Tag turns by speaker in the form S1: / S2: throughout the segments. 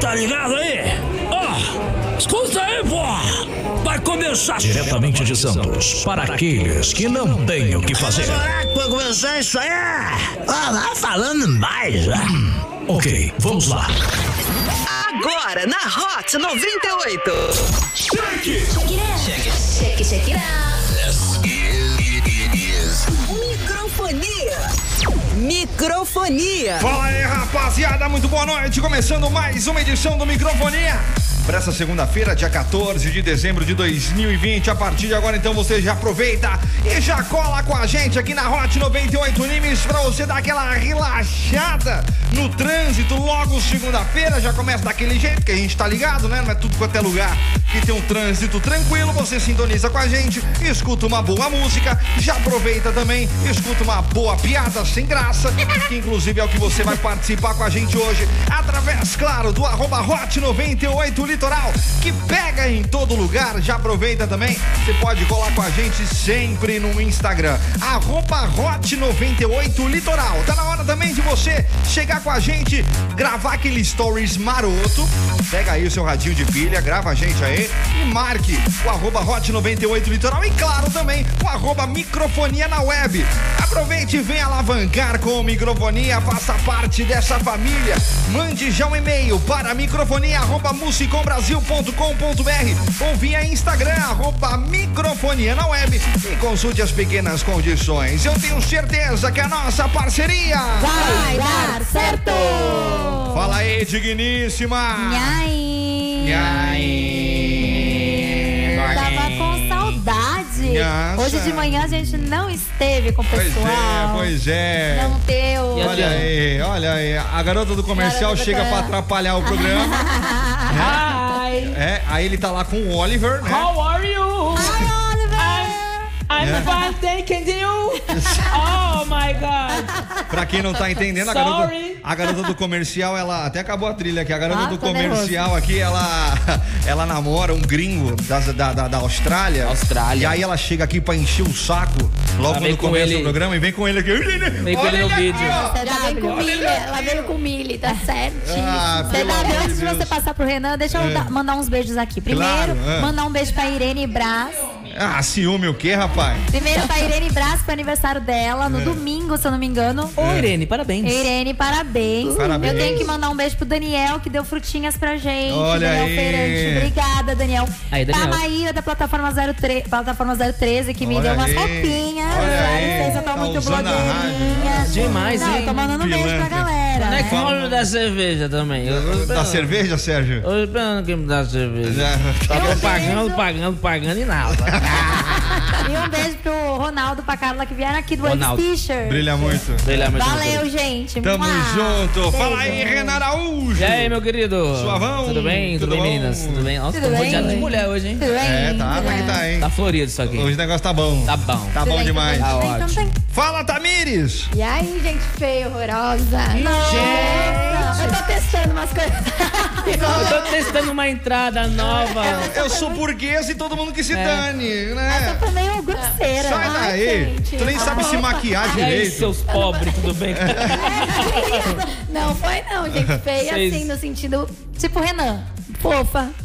S1: tá ligado aí? Ó, escuta aí, pô! Vai começar.
S2: Diretamente de Santos, para aqueles que não têm o que fazer.
S1: Será que vai começar isso aí? Ó, vai falando mais, né?
S2: Ok, vamos lá.
S3: Agora na Hot 98.
S4: Check, check it out.
S3: Microfonia. Microfonia.
S5: Fala aí, rapaziada, muito boa noite. Começando mais uma edição do Microfonia. Para essa segunda-feira, dia 14 de dezembro de 2020. A partir de agora, então, você já aproveita e já cola com a gente aqui na Hot 98 Nimes para você dar aquela relaxada no trânsito. Logo segunda-feira já começa daquele jeito que a gente tá ligado, né? Não é tudo quanto é lugar que tem um trânsito tranquilo. Você sintoniza com a gente, escuta uma boa música, já aproveita também, escuta uma boa piada sem graça, que inclusive é o que você vai participar com a gente hoje, através, claro, do arroba Hot 98 Litoral, que pega em todo lugar. Já aproveita também, você pode colar com a gente sempre no Instagram, arroba Hot 98 Litoral. Tá na hora também de você chegar com a gente, gravar aquele stories maroto, pega aí o seu radinho de pilha, grava a gente aí e marque o arroba Hot 98 Litoral e claro também o arroba Microfonia na web. Aproveite e venha alavancar com o Microfonia, faça parte dessa família. Mande já um e-mail para microfonia arroba musicombrasil.com.br ou via Instagram arroba Microfonia na web e consulte as pequenas condições. Eu tenho certeza que é a nossa parceria...
S4: Vai dar certo.
S5: Fala aí, digníssima!
S4: Nhaim.
S5: Nhaim.
S4: Tava com saudade.
S5: Nossa.
S4: Hoje de manhã a gente não esteve com o
S5: Pois é,
S4: pessoal.
S5: pois é.
S4: Não deu.
S5: Olha aí, olha aí. A garota do comercial
S4: Garota do
S5: chega pra
S4: comercial.
S5: atrapalhar o programa. né?
S6: Hi,
S5: é, aí ele tá lá com o Oliver, né?
S6: how are you?
S4: Ai,
S6: I'm, I'm
S5: Yeah.
S6: fine, thank you. Oh my god.
S5: Pra quem não tá entendendo, a garota,
S6: Sorry.
S5: a garota do comercial, ela até acabou a trilha aqui. A garota
S4: Ah,
S5: do
S4: tô
S5: comercial aqui, ela, ela namora um gringo das- da, da, da Austrália.
S7: Austrália.
S5: E aí ela chega aqui pra encher o saco logo
S7: vem
S5: no
S7: com
S5: começo
S7: ele-
S5: do programa e vem com ele aqui.
S7: Vem com ele no vídeo.
S4: Ela veio tá com milho, ela veio com milho, tá certinho.
S5: Ah, pelo amor
S4: CW,
S5: de
S4: antes de
S5: Deus. É.
S4: você passar pro Renan, deixa eu dar- mandar uns beijos aqui.
S5: Claro,
S4: Primeiro,
S5: é.
S4: mandar um beijo pra Irene Braz.
S5: Ah, ciúme o quê, rapaz?
S4: Primeiro pra Irene Braz, pro aniversário dela,
S5: É.
S4: no domingo, se eu não me engano.
S6: Ô, Irene, parabéns.
S4: Irene, parabéns.
S5: Parabéns.
S4: Eu tenho que mandar um beijo pro Daniel, que deu frutinhas pra gente.
S5: Olha
S4: Daniel
S5: aí.
S4: Ferante. Obrigada, Daniel.
S7: Aí, Daniel.
S4: Pra Maíra, da plataforma, 03, plataforma 013, que me
S5: Olha
S4: deu umas
S5: aí.
S4: roupinhas.
S5: Olha aí.
S4: Vocês
S5: Tá
S4: já estão muito
S5: usando a rádio.
S4: blogueirinha.
S7: Ah, Demais,
S4: Não,
S7: hein?
S4: eu tô mandando um beijo pra
S5: Pilantra.
S4: galera.
S7: Não é
S4: né?
S7: que fala da cerveja também. Eu- eu-
S5: Da cerveja, Sérgio?
S7: Hoje pegando quem me dá cerveja.
S5: Já-
S7: Tá
S4: Eu
S7: bom, pagando,
S4: vejo.
S7: pagando, pagando e nada.
S4: E um beijo pro Ronaldo, pra Carla, que vieram aqui do
S7: Ronaldo.
S4: Wave Fisher.
S5: Brilha muito.
S7: Brilhar mais uma coisa.
S4: Valeu, gente.
S5: Tamo
S4: Mua.
S5: junto. Fala aí,
S4: Beijo.
S5: Renan Araújo.
S7: E aí, meu querido?
S5: Suavão?
S7: Tudo bem?
S5: Tudo
S7: Tudo, bem,
S5: bom?
S7: meninas? Tudo bem? Nossa,
S4: Tudo
S7: tô
S4: bem?
S7: rodeado de mulher hoje, hein?
S4: Tudo bem?
S5: É, tá, tá que tá, hein?
S7: Tá florido isso aqui.
S5: Hoje o negócio tá bom.
S7: Tá bom.
S5: Tá bom demais.
S7: Tá
S4: Então,
S7: ótimo.
S4: tem-
S5: Fala, Tamires!
S8: E aí, gente feia, horrorosa?
S4: Nossa, eu tô testando umas coisas.
S7: Eu tô testando uma entrada nova.
S5: Eu sou burguês e todo mundo que se dane,
S4: Eu
S5: né?
S4: tô meio grosseira.
S5: Sai daí!
S8: gente.
S5: Tu nem sabe se maquiar
S7: E aí,
S5: direito.
S7: seus pobres, tudo bem?
S8: Não foi não, gente feia,
S7: Vocês-
S8: assim, no sentido...
S4: Tipo Renan. Fofa.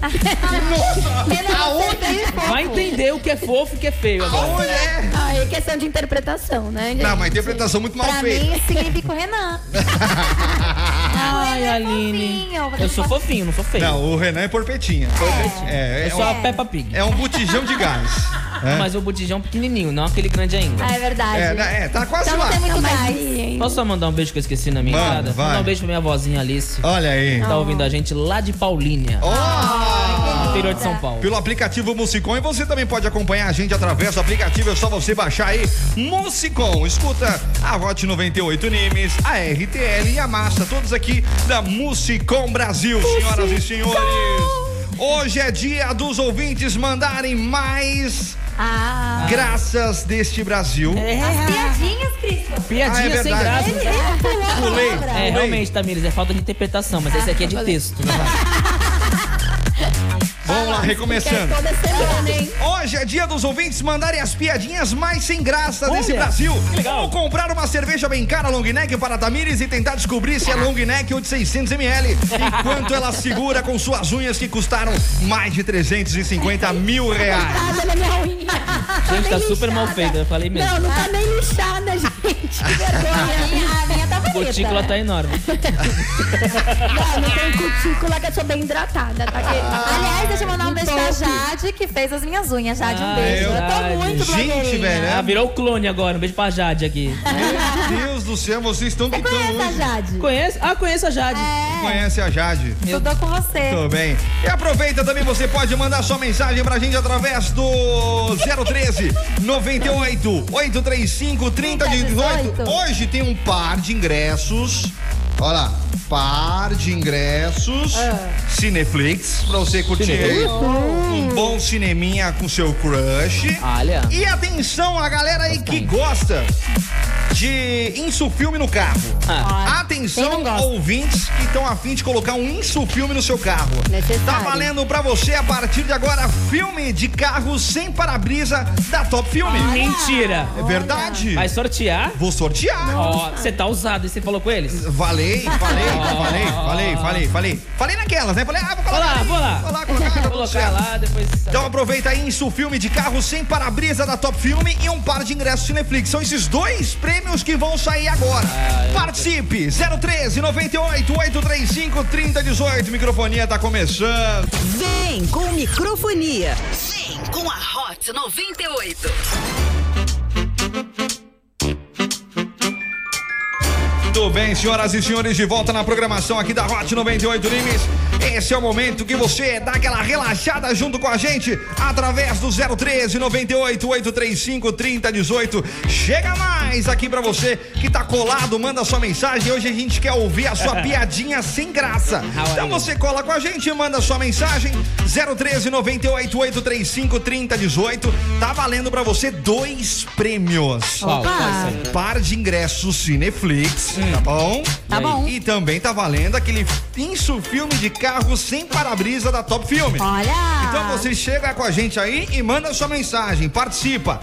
S4: Renan, Aonde?
S7: Vai entender o que é fofo e o que é feio agora.
S5: Olha! é.
S8: Ah, é questão de interpretação, né, gente?
S5: Não, uma interpretação muito mal
S4: Pra
S5: feita.
S4: mim, significa o Renan.
S7: Ai,
S4: é
S7: Aline.
S4: fofinho.
S7: Eu sou fofinho, não sou feio.
S5: Não, o Renan é porpetinha. É, é,
S7: Eu
S5: é,
S7: sou
S5: um,
S7: a Peppa Pig. Ah,
S5: é um botijão de gás.
S7: Mas o botijão pequenininho, não aquele grande ainda.
S4: Ah, é verdade.
S5: É, né, é, tá quase
S4: Então não
S5: lá.
S4: tem muito
S8: Mas
S4: gás.
S8: aí, hein?
S7: Posso só mandar um beijo que eu esqueci na minha
S5: Manda,
S7: entrada?
S5: vai.
S7: Mandar um beijo pra minha vozinha Alice.
S5: Olha aí.
S7: que Tá ouvindo a gente lá de Paulínia,
S5: Ó!
S7: interior de São Paulo.
S5: Pelo aplicativo Musicom e você também pode acompanhar a gente através do aplicativo. É só você baixar aí Musicom. Escuta a Hot 98 Nimes, a RTL e a Massa, todos aqui da Musicom Brasil, senhoras e senhores. Hoje é dia dos ouvintes mandarem mais
S4: Ah,
S5: graças deste Brasil.
S4: as piadinhas, Cris.
S5: Ah, é
S7: Piadinha sem
S5: verdade.
S7: graça.
S4: Ele ele pulou a
S5: Pulei.
S4: palavra.
S7: É,
S5: Bem.
S4: Ah,
S7: né? realmente, Tamires, é falta de interpretação, mas esse aqui é de texto.
S5: Vamos lá, lá, recomeçando.
S8: Toda semana, hein?
S5: Hoje é dia dos ouvintes mandarem as piadinhas mais sem graça desse
S7: Olha,
S5: Brasil.
S7: que legal.
S5: Ou comprar uma cerveja bem cara long neck para Tamires e tentar descobrir se é long neck ou de 600 ml. Enquanto ela segura com suas unhas que custaram mais de 350 mil reais.
S4: Tá
S8: Nada na minha unha.
S7: Gente, tá
S8: Nem
S7: super
S8: lixada.
S7: mal feito, eu falei mesmo.
S8: Não, não tá nem lixada, gente. Que
S4: A
S8: vergonha.
S4: minha, a minha tá
S7: A cutícula
S4: bonita.
S7: tá enorme.
S8: Não, não tem cutícula que eu sou bem hidratada, tá? Que...
S4: Aliás, deixa eu mandar um
S8: Que
S4: beijo pra
S8: top.
S4: Jade, que fez as minhas unhas. Jade, um
S7: Ah,
S4: beijo. Eu
S7: verdade.
S4: tô muito
S5: Gente,
S4: blogueirinha.
S5: velho,
S7: Ah,
S5: é...
S7: virou clone agora. Um beijo pra Jade aqui.
S4: É.
S5: meu Deus do céu, vocês estão
S4: Você
S5: pintando
S4: conhece a
S5: é hoje.
S4: Jade?
S7: Conhece? Ah, conheço a Jade.
S4: É,
S5: Conhece a Jade.
S4: Estudou com você.
S5: Muito bem. E aproveita também, você pode mandar sua mensagem pra gente através do 013 98 835 3018.
S4: 3018.
S5: Hoje tem um par de ingressos. Olha lá. Par de ingressos Cineflix pra você curtir aí um bom cineminha com seu crush.
S7: Olha.
S5: E atenção a galera aí que gosta de insufilme no carro.
S7: Ah.
S5: Atenção,
S4: Quem não gosta?
S5: ouvintes que estão afim de colocar um insufilme no seu carro. Tá valendo pra você a partir de agora filme de carro sem para-brisa da Top Filme.
S7: Mentira.
S5: É verdade?
S7: Vai sortear?
S5: Vou sortear.
S7: Ó, você tá usado. E você falou com eles?
S5: Valei, falei,
S7: Ah.
S5: falei, falei, falei, falei. Falei naquelas, né? Falei, ah, vou colocar.
S7: Vou lá,
S5: ali,
S7: vou lá.
S5: Vou lá, colocar, tá tudo
S7: Vou colocar
S5: certo.
S7: lá, depois...
S5: Então aproveita aí, Insul Filme de Carro Sem Para-Brisa da Top Filme e um par de ingressos Cineflix. São esses dois prêmios que vão sair agora. Participe! 013 98 835 3018. Microfonia tá começando.
S3: Vem com microfonia. Vem com a Hot 98.
S5: Tudo bem, senhoras e senhores, de volta na programação aqui da Hot 98 Limes. Esse é o momento que você dá aquela relaxada junto com a gente através do 013 98 835 3018. Chega mais aqui pra você que tá colado, manda sua mensagem. Hoje a gente quer ouvir a sua piadinha sem graça. Então você cola com a gente, manda sua mensagem 013 98 835 3018. Tá valendo pra você dois prêmios
S7: Qual?
S4: Opa.
S5: par de ingressos Cineflix, tá bom?
S4: Tá bom.
S5: E também tá valendo aquele insu filme de carro sem para-brisa da Top Filme.
S7: Ah.
S4: Olha!
S5: Então você chega com a gente aí e manda sua mensagem, participa.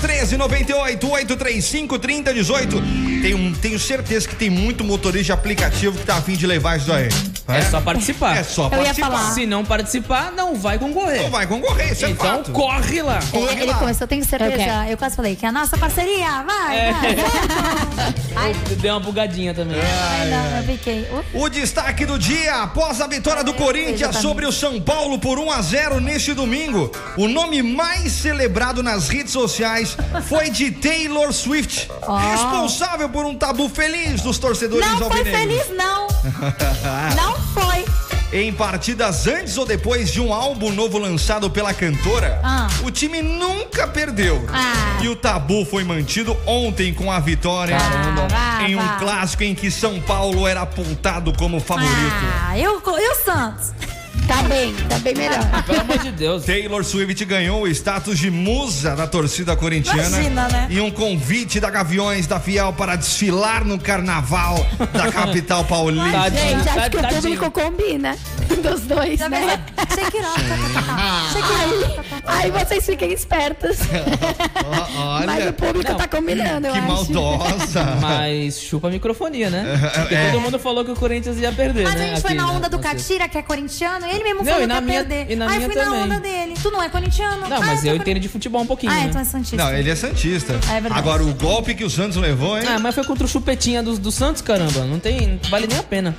S5: 013 98 835 3018. Tenho, tenho certeza que tem muito motorista de aplicativo que tá afim de levar isso daí.
S7: É só participar.
S5: É só
S4: Eu ia
S5: participar.
S4: falar.
S7: Se não participar, não vai concorrer.
S5: Não vai concorrer, isso é
S7: Então
S5: fato.
S7: corre lá.
S5: Corre
S4: Ele, ele
S5: lá.
S4: começou, tenho
S8: Eu
S4: certeza.
S8: quero.
S4: Eu quase falei que é a nossa parceria. Vai,
S7: É.
S4: vai. Ai,
S7: Deu uma bugadinha também.
S4: ai, não, eu fiquei. Ui,
S5: O destaque do dia, após a vitória do Corinthians
S4: exatamente.
S5: sobre o São Paulo por 1 a 0 neste domingo, o nome mais celebrado nas redes sociais foi de Taylor Swift, responsável por um tabu feliz dos torcedores
S4: Não foi
S5: alvinegros.
S4: feliz, não. Não foi.
S5: Em partidas antes ou depois de um álbum novo lançado pela cantora,
S4: Ah.
S5: o time nunca perdeu.
S4: Ah.
S5: E o tabu foi mantido ontem com a vitória
S4: Caramba.
S5: em um clássico em que São Paulo era apontado como favorito.
S4: Ah, eu, eu Santos.
S8: Tá bem, tá bem melhor.
S7: Pelo amor de Deus.
S5: Taylor Swift ganhou o status de musa da torcida corintiana
S4: Imagina, né?
S5: e um convite da Gaviões da Fiel para desfilar no carnaval da capital paulista.
S7: Tadinho,
S8: Gente, acho
S7: tadinho.
S8: que o público combina dos dois,
S4: tá Já
S8: né?
S4: pensei- Shake it off, tá, tá, tá. Shake
S8: Aí, aí vocês fiquem espertos.
S5: Ó,
S8: Mas o
S5: Olha,
S8: público tá combinando, eu
S5: que
S8: acho.
S5: maldosa.
S7: Mas chupa a microfonia, né? Porque
S5: É.
S7: todo mundo falou que o Corinthians ia perder,
S4: Mas
S7: né?
S4: a gente foi
S7: aqui,
S4: na
S7: né?
S4: onda do
S7: Vocês.
S4: Catira, que é corintiano, e ele mesmo
S7: Não,
S4: falou
S7: e na
S4: que ia
S7: minha-
S4: perder.
S7: e na
S4: Aí eu
S7: minha
S4: fui na
S7: também.
S4: onda dele. Tu não é corintiano?
S7: Não, mas
S4: Ah,
S7: eu
S4: tô
S7: entendo de futebol um pouquinho,
S4: Ah,
S7: né?
S4: então é Santista.
S5: Não, ele é santista.
S4: É verdade.
S5: Agora, o golpe que o Santos levou,
S4: assim.
S5: hein?
S7: Ah, mas foi contra o chupetinha do, do Santos, caramba. Não tem... Não vale nem a pena.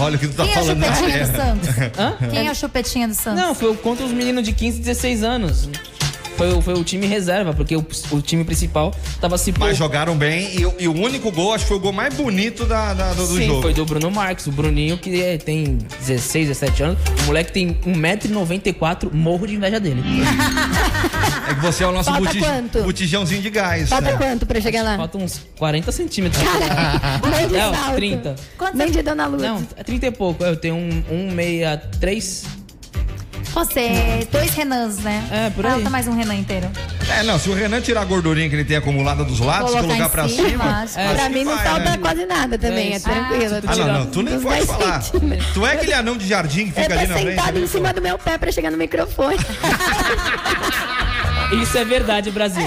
S5: Olha o que tu tá
S4: Quem é a
S5: falando. na
S4: chupetinha do
S5: terra.
S4: Santos?
S7: Hã?
S4: Quem é a chupetinha do Santos?
S7: Não, foi contra os meninos de 15, 16 anos. Foi, o- foi o time reserva, porque o, o time principal tava se...
S5: Mas jogaram bem e, o- e o único gol, acho que foi o gol mais bonito da, da- do, do
S7: Sim,
S5: jogo.
S7: foi do Bruno Marques, o Bruninho que é- tem 16, 17 anos. O moleque tem 1,94m, morro de inveja dele.
S5: É que você é o nosso
S8: Falta
S5: botij-
S8: quanto?
S5: botijãozinho de gás.
S8: Falta
S5: né?
S8: quanto pra chegar lá?
S7: Faltam uns 40 centímetros.
S8: Nem de
S7: Não,
S8: salto.
S7: 30.
S4: Quantos
S8: Nem de Dona Luz.
S7: um Não, é 30 e pouco. Eu tenho um 163.
S4: Pode ser dois Renans, né?
S7: É, por aí.
S4: Falta mais um Renan inteiro.
S5: É, não, se o Renan tirar a gordurinha que ele tem acumulada dos lados e
S4: Colocar
S5: colocar
S4: em
S5: pra
S4: cima,
S5: cima.
S4: acho que-
S5: acho
S8: pra
S5: que
S8: mim não
S5: vai,
S8: falta
S5: né?
S8: quase nada também,
S7: É
S8: é,
S7: isso.
S8: tranquilo.
S7: Ah, tu
S5: Ah, não, não, tu nem
S8: Uns
S5: pode
S8: 10
S5: falar.
S8: centímetros.
S5: Tu é aquele anão de jardim que
S8: Eu
S5: fica ali
S8: tô
S5: na frente.
S8: sentado
S5: né?
S8: em cima do meu pé pra chegar no microfone.
S7: Isso é verdade, Brasil.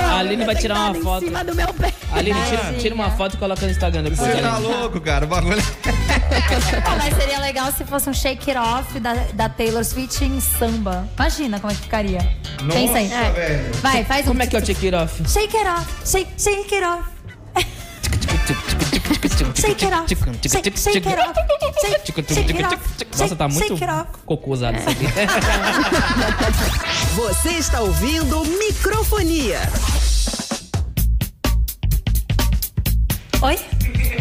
S7: A Aline
S8: Eu
S7: vai
S8: tô
S7: tirar uma
S8: sentada
S7: foto.
S8: Em cima do meu pé.
S7: Aline, tira,
S4: Tadinha.
S7: tira uma foto e coloca no Instagram depois.
S5: Você tá
S7: Aline.
S5: louco, cara. O bagulho. é-
S4: Pô, mas seria legal se fosse um shake it off da, da Taylor Swift em samba. Imagina como é que ficaria. Pensa aí.
S5: Nossa, velho.
S4: Vai, faz um.
S7: Como é que é o check it off?
S4: Shake it off, shake, shake it off. Shake it off. Shake, shake it off. Shake, shake it off.
S7: Nossa, tá
S4: Shake-
S7: muito
S4: Shake it off.
S7: cocôzado isso aqui.
S8: É.
S3: Você está ouvindo microfonia.
S4: Oi?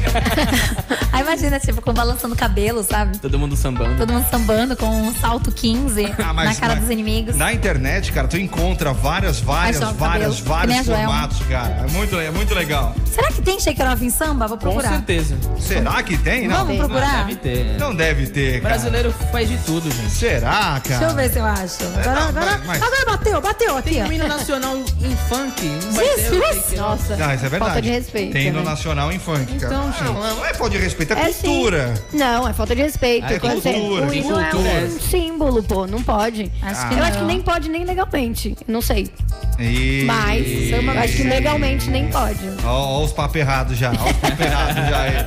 S4: Aí imagina, tipo, com balançando o cabelo, sabe?
S7: Todo mundo sambando.
S4: Todo mundo sambando com um salto 15
S5: Ah,
S4: na
S5: mas
S4: cara dos inimigos.
S5: Na internet, cara, tu encontra várias, várias,
S4: Ai, só o
S5: várias,
S4: cabelo. Que nem a
S5: vários
S4: Joelma.
S5: formatos, cara. É muito, é muito legal.
S4: Será que tem shake it off em samba? Vou
S7: Com
S4: procurar.
S7: certeza.
S5: Será que tem? Não,
S4: Vamos
S7: Ah,
S4: procurar?
S7: Deve ter. né?
S5: não deve ter,
S7: O
S5: cara.
S7: Brasileiro faz de tudo, gente.
S5: Será, cara?
S4: Deixa eu ver se eu acho. Agora,
S5: não,
S4: agora,
S5: mas- mas-
S4: agora bateu, bateu aqui,
S7: Tem
S4: ó.
S7: um hino nacional em funk. Não vai ter o
S4: Jesus!
S7: shake it off.
S8: Nossa,
S5: Não, isso é verdade.
S8: falta de respeito.
S5: Tem no
S8: né?
S5: nacional em funk, cara.
S7: Então, gente.
S5: Não, não é falta de respeito, é,
S8: É sim.
S5: cultura.
S8: Não, é falta de respeito.
S7: Ah, é
S8: Quando você-
S5: cultura,
S8: o
S5: é
S8: hino é
S7: cultura.
S8: um símbolo, pô, não pode.
S4: Acho
S5: Ah.
S4: que
S8: Eu
S4: não.
S8: acho que nem pode nem legalmente, não sei.
S5: E...
S8: Mas eu acho que legalmente nem pode.
S5: Ó, ó os papos errados já, ó os papos errados já. aí.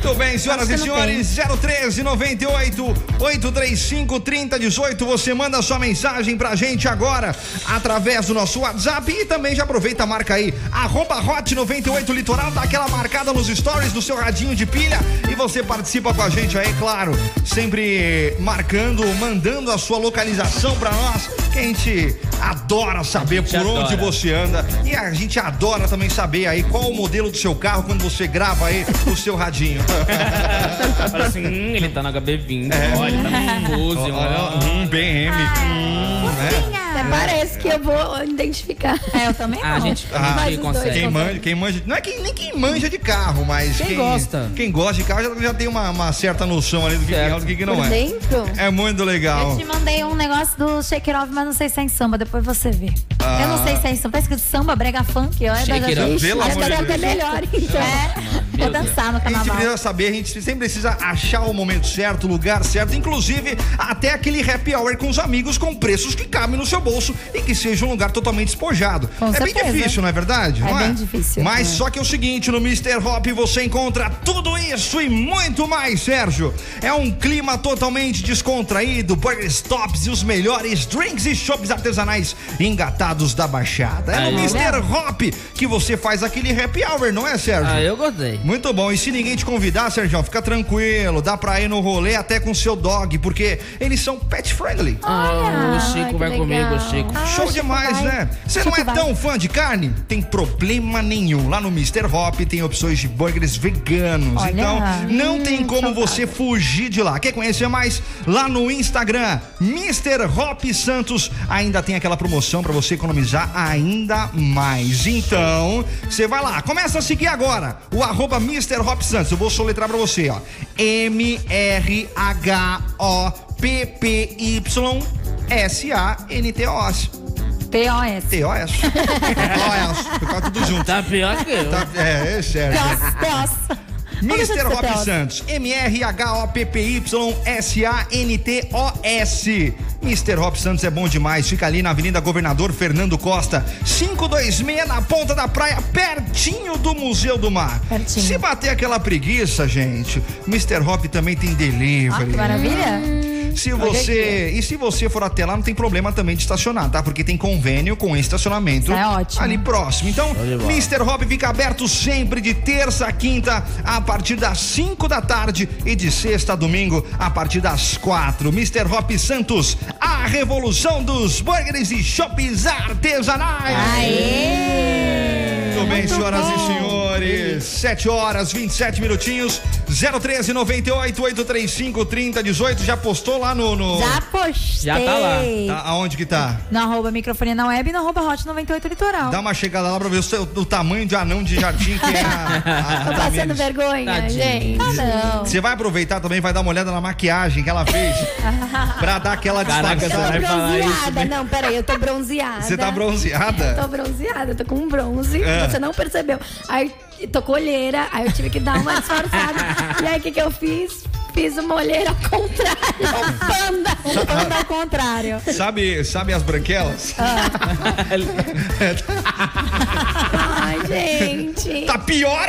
S5: Muito bem, senhoras e
S4: Acho que não tem.
S5: senhores, 013 98 835 3018. Você manda sua mensagem pra gente agora através do nosso WhatsApp e também já aproveita, marca aí, arroba Hot 98 Litoral, dá aquela marcada nos stories do seu radinho de pilha e você participa com a gente aí, claro, sempre marcando, mandando a sua localização pra nós, que a gente adora saber por onde
S7: adora.
S5: você você anda. E a gente adora também saber aí qual o modelo do seu carro quando você grava aí o seu radinho.
S7: Fala assim, hum, ele tá na HB20. Olha, ele tá no 12. ó.
S5: um BM.
S4: Ah,
S8: Até parece que eu vou identificar.
S4: É, eu também não.
S7: Ah, gente,
S5: Ah,
S7: a
S8: mas
S7: gente
S8: os
S7: consegue.
S8: dois
S5: Quem manja, quem manja, não é quem, nem quem manja de carro, mas
S7: Quem gosta.
S5: Quem gosta de carro já, já tem uma, uma certa noção ali do que, que é
S7: Certo.
S5: do que, que não
S8: Por
S5: é.
S8: dentro?
S5: É muito
S4: Eu
S5: legal.
S4: te mandei um negócio do Shake It Off, mas não sei se é em samba, depois você vê.
S5: Ah.
S4: Eu não sei se é em samba. Tá escrito samba, brega funk, olha. tá
S7: Shake It Off.
S8: Ixi,
S5: Pelo
S8: acho
S5: amor
S8: que
S5: de
S8: é até
S5: Deus.
S8: melhor, então.
S4: É,
S7: Meu
S4: vou
S7: Deus.
S4: dançar no
S5: A gente
S4: carnaval.
S5: precisa saber, a gente sempre precisa achar o momento certo, o lugar certo, inclusive até aquele happy hour com os amigos com preços que cabem no seu bolso e que seja um lugar totalmente despojado.
S4: Com
S5: é bem
S4: certeza.
S5: difícil, não é verdade?
S4: É
S5: não
S4: bem difícil,
S5: Mas
S4: é.
S5: só que é o seguinte, no Mr. Hop você encontra tudo isso e muito mais, Sérgio. É um clima totalmente descontraído, burger stops e os melhores drinks e shops artesanais engatados da Baixada. É no
S7: Aí, ó.
S5: Mr. Hop que você faz aquele happy hour, não é, Sérgio?
S7: Ah, eu gostei.
S5: Muito bom. E se ninguém te convidar, Sérgio, fica tranquilo. Dá pra ir no rolê até com seu dog, porque eles são pet friendly.
S7: Ah, o
S8: que
S7: Chico vai comigo,
S8: legal.
S7: Chico.
S5: Show demais,
S8: vai.
S5: né? Você não é tão fã de carne? Tem problema nenhum. Lá no Mr. Hop tem opções de burgers veganos.
S4: Olha,
S5: então, não
S4: hum,
S5: tem como
S4: saudável.
S5: você fugir de lá. Quer conhecer mais? Lá no Instagram, Mr. Hop Santos, ainda tem aquela promoção pra você economizar ainda mais. Então, você vai lá. Começa a seguir agora o arroba Mr. Hop Santos. Eu vou soletrar pra você, ó. M-R-H-O-P-P-Y-S-A-N-T-O-S.
S4: P.O.S.
S5: T-O-S. T-O-S. Ficar tudo junto.
S7: Tá pior que eu.
S5: Tá, é, é sério.
S4: P.O.S. P.O.S.
S5: Mr. Hop Santos. M-R-H-O-P-P-Y-S-A-N-T-O-S. Mr. Hop Santos é bom demais. Fica ali na Avenida Governador Fernando Costa, 526, na ponta da praia, pertinho do Museu do Mar.
S4: Pertinho.
S5: Se bater aquela preguiça, gente, Mr. Hop também tem
S4: Ó, Ah, que
S5: delivery.
S4: maravilha.
S5: Se você. E se você for até lá, não tem problema também de estacionar, tá? Porque tem convênio com estacionamento
S4: Isso é ótimo.
S5: ali próximo. Então, Mr. Hop fica aberto sempre de terça a quinta, a partir das 5 da tarde, e de sexta a domingo, a partir das 4. Mr. Hop Santos, a revolução dos burgers e shoppes artesanais.
S4: Aê!
S5: Muito bem, senhoras e senhores. 7 horas 27 minutinhos. 013 98 835 3018. Já postou lá no. no...
S4: Já postei.
S7: Já tá lá,
S5: Tá, aonde que tá?
S4: No arroba microfonia na web e no arroba hot 98 litoral.
S5: Dá uma chegada lá pra ver o, seu- o tamanho de anão de jardim que é a, a,
S8: Tô
S5: a
S8: passando
S5: Tamires.
S8: vergonha,
S7: Tadinho.
S8: gente.
S5: um
S4: Ah, não.
S5: Você vai aproveitar também, vai dar uma olhada na maquiagem que ela fez. pra dar aquela
S7: Caraca,
S8: Tô
S7: Vai
S5: disfarçada.
S7: falar isso,
S8: bronzeada. Não, peraí, eu tô bronzeada.
S5: Você tá bronzeada?
S8: Tô bronzeada, tô com um bronze.
S5: É.
S8: Você não percebeu. Aí tô com olheira, aí eu tive que dar uma disfarçada. e aí o que, que eu fiz? Fiz uma olheira ao contrário. Panda!
S5: tá-
S8: Panda ao contrário.
S5: Sabe, sabe as branquelas?
S8: Ah. Ai, gente.
S5: Tá pior!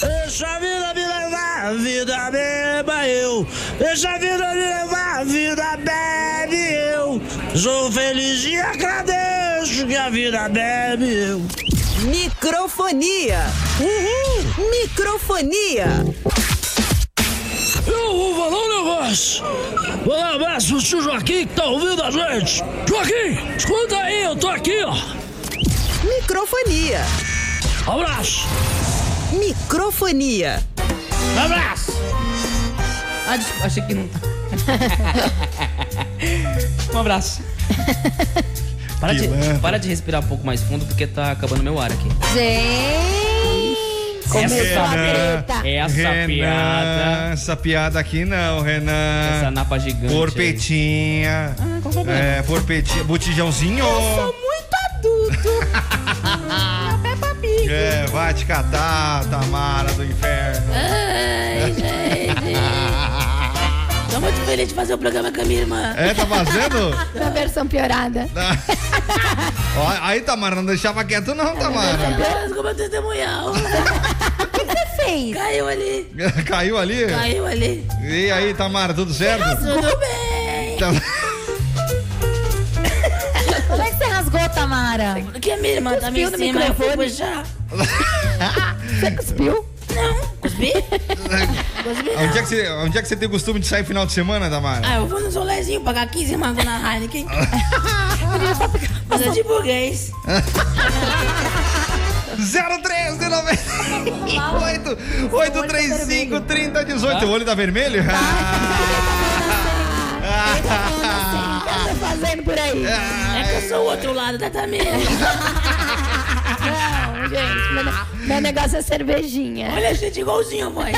S2: Deixa a vida me levar, vida beba eu. Deixa a vida me levar, vida bebe eu. Sou feliz e agradeço que a vida bebe eu.
S3: Microfonia. Uhul. Microfonia.
S1: Eu vou falar um negócio. Vou dar um abraço pro tio Joaquim que tá ouvindo a gente. Joaquim, escuta aí, eu tô aqui, ó.
S3: Microfonia.
S1: Abraço,
S3: Microfonia.
S1: abraço.
S7: Ah, desculpa, achei que não tá. um abraço. Para de,
S5: Pilantra.
S7: para de respirar um pouco mais fundo porque tá acabando meu ar aqui.
S4: Gente.
S7: Essa,
S5: Renan,
S8: treta.
S7: essa é
S5: Renan,
S7: piada.
S5: Essa piada aqui não, Renan.
S7: Essa napa gigante. aí.
S5: Porpetinha.
S8: Ah,
S5: é, porpetinha. Botijãozinho.
S8: Muito adulto.
S5: É, vai te catar, Tamara do inferno.
S8: Tô muito feliz de fazer o programa com a minha irmã.
S5: É, tá fazendo?
S8: Na versão piorada.
S5: Ó, Aí, Tamara, não deixava quieto não, Tamara.
S8: Desculpa testemunhal.
S4: Fez.
S8: Caiu ali.
S5: Caiu ali?
S8: Caiu ali.
S5: E aí, Tamara, tudo certo?
S8: Tudo bem.
S5: Tá-
S4: Como é que você rasgou, Tamara?
S8: Porque a minha irmã tá me ensinando a puxar. Você cuspiu? Não. Cuspi?
S5: Onde é, que você, onde é que você tem costume de sair final de semana, Tamara?
S8: Ah, eu vou no solezinho pagar 15 mangos na Heineken. Mas é de burguês.
S5: 03988353018. O olho tá vermelho? Ah.
S8: O que tá fazendo por aí? É que eu sou o outro lado da Tamira. Não, gente. Meu, ne- meu negócio é cervejinha. Olha a gente igualzinho, mãe.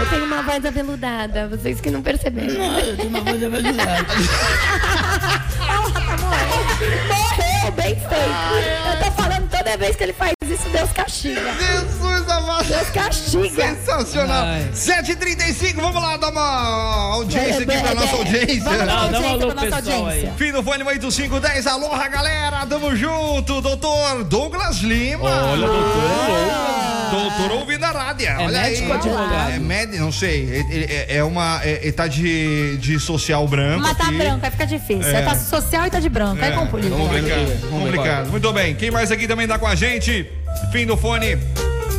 S8: Eu tenho uma voz aveludada, vocês que não perceberam. Não, eu tenho uma voz aveludada. Morreu, bem
S5: Ah.
S8: feito. Eu tô falando toda vez que ele faz isso, Deus castiga.
S5: Jesus amado!
S8: Deus castiga.
S5: Sensacional!
S7: Ai.
S5: 7h35, vamos lá dar uma audiência aqui pra
S8: Bebe,
S5: nossa
S8: bebe.
S5: audiência.
S7: Não, dá um
S4: Gente,
S7: alô
S4: pra nossa
S7: pro pessoal
S4: audiência.
S7: aí.
S5: Fim do fone 8510, aloha galera, tamo junto, doutor Douglas Lima. Ah.
S7: Olha, doutor.
S5: Doutor ouvindo a rádio.
S7: É
S5: olha
S7: médico
S5: aí.
S7: ou advogado?
S5: É médico, não sei. Ele- ele- É, é uma. É, ele tá de, de social branco.
S4: Mas tá
S5: aqui.
S4: branco, aí fica difícil.
S5: É.
S4: Aí tá social e tá de branco. Aí complica.
S5: Complicado,
S7: Vamos ver,
S5: complicado.
S7: vai.
S5: Muito bem, quem mais aqui também tá com a gente? Fim do fone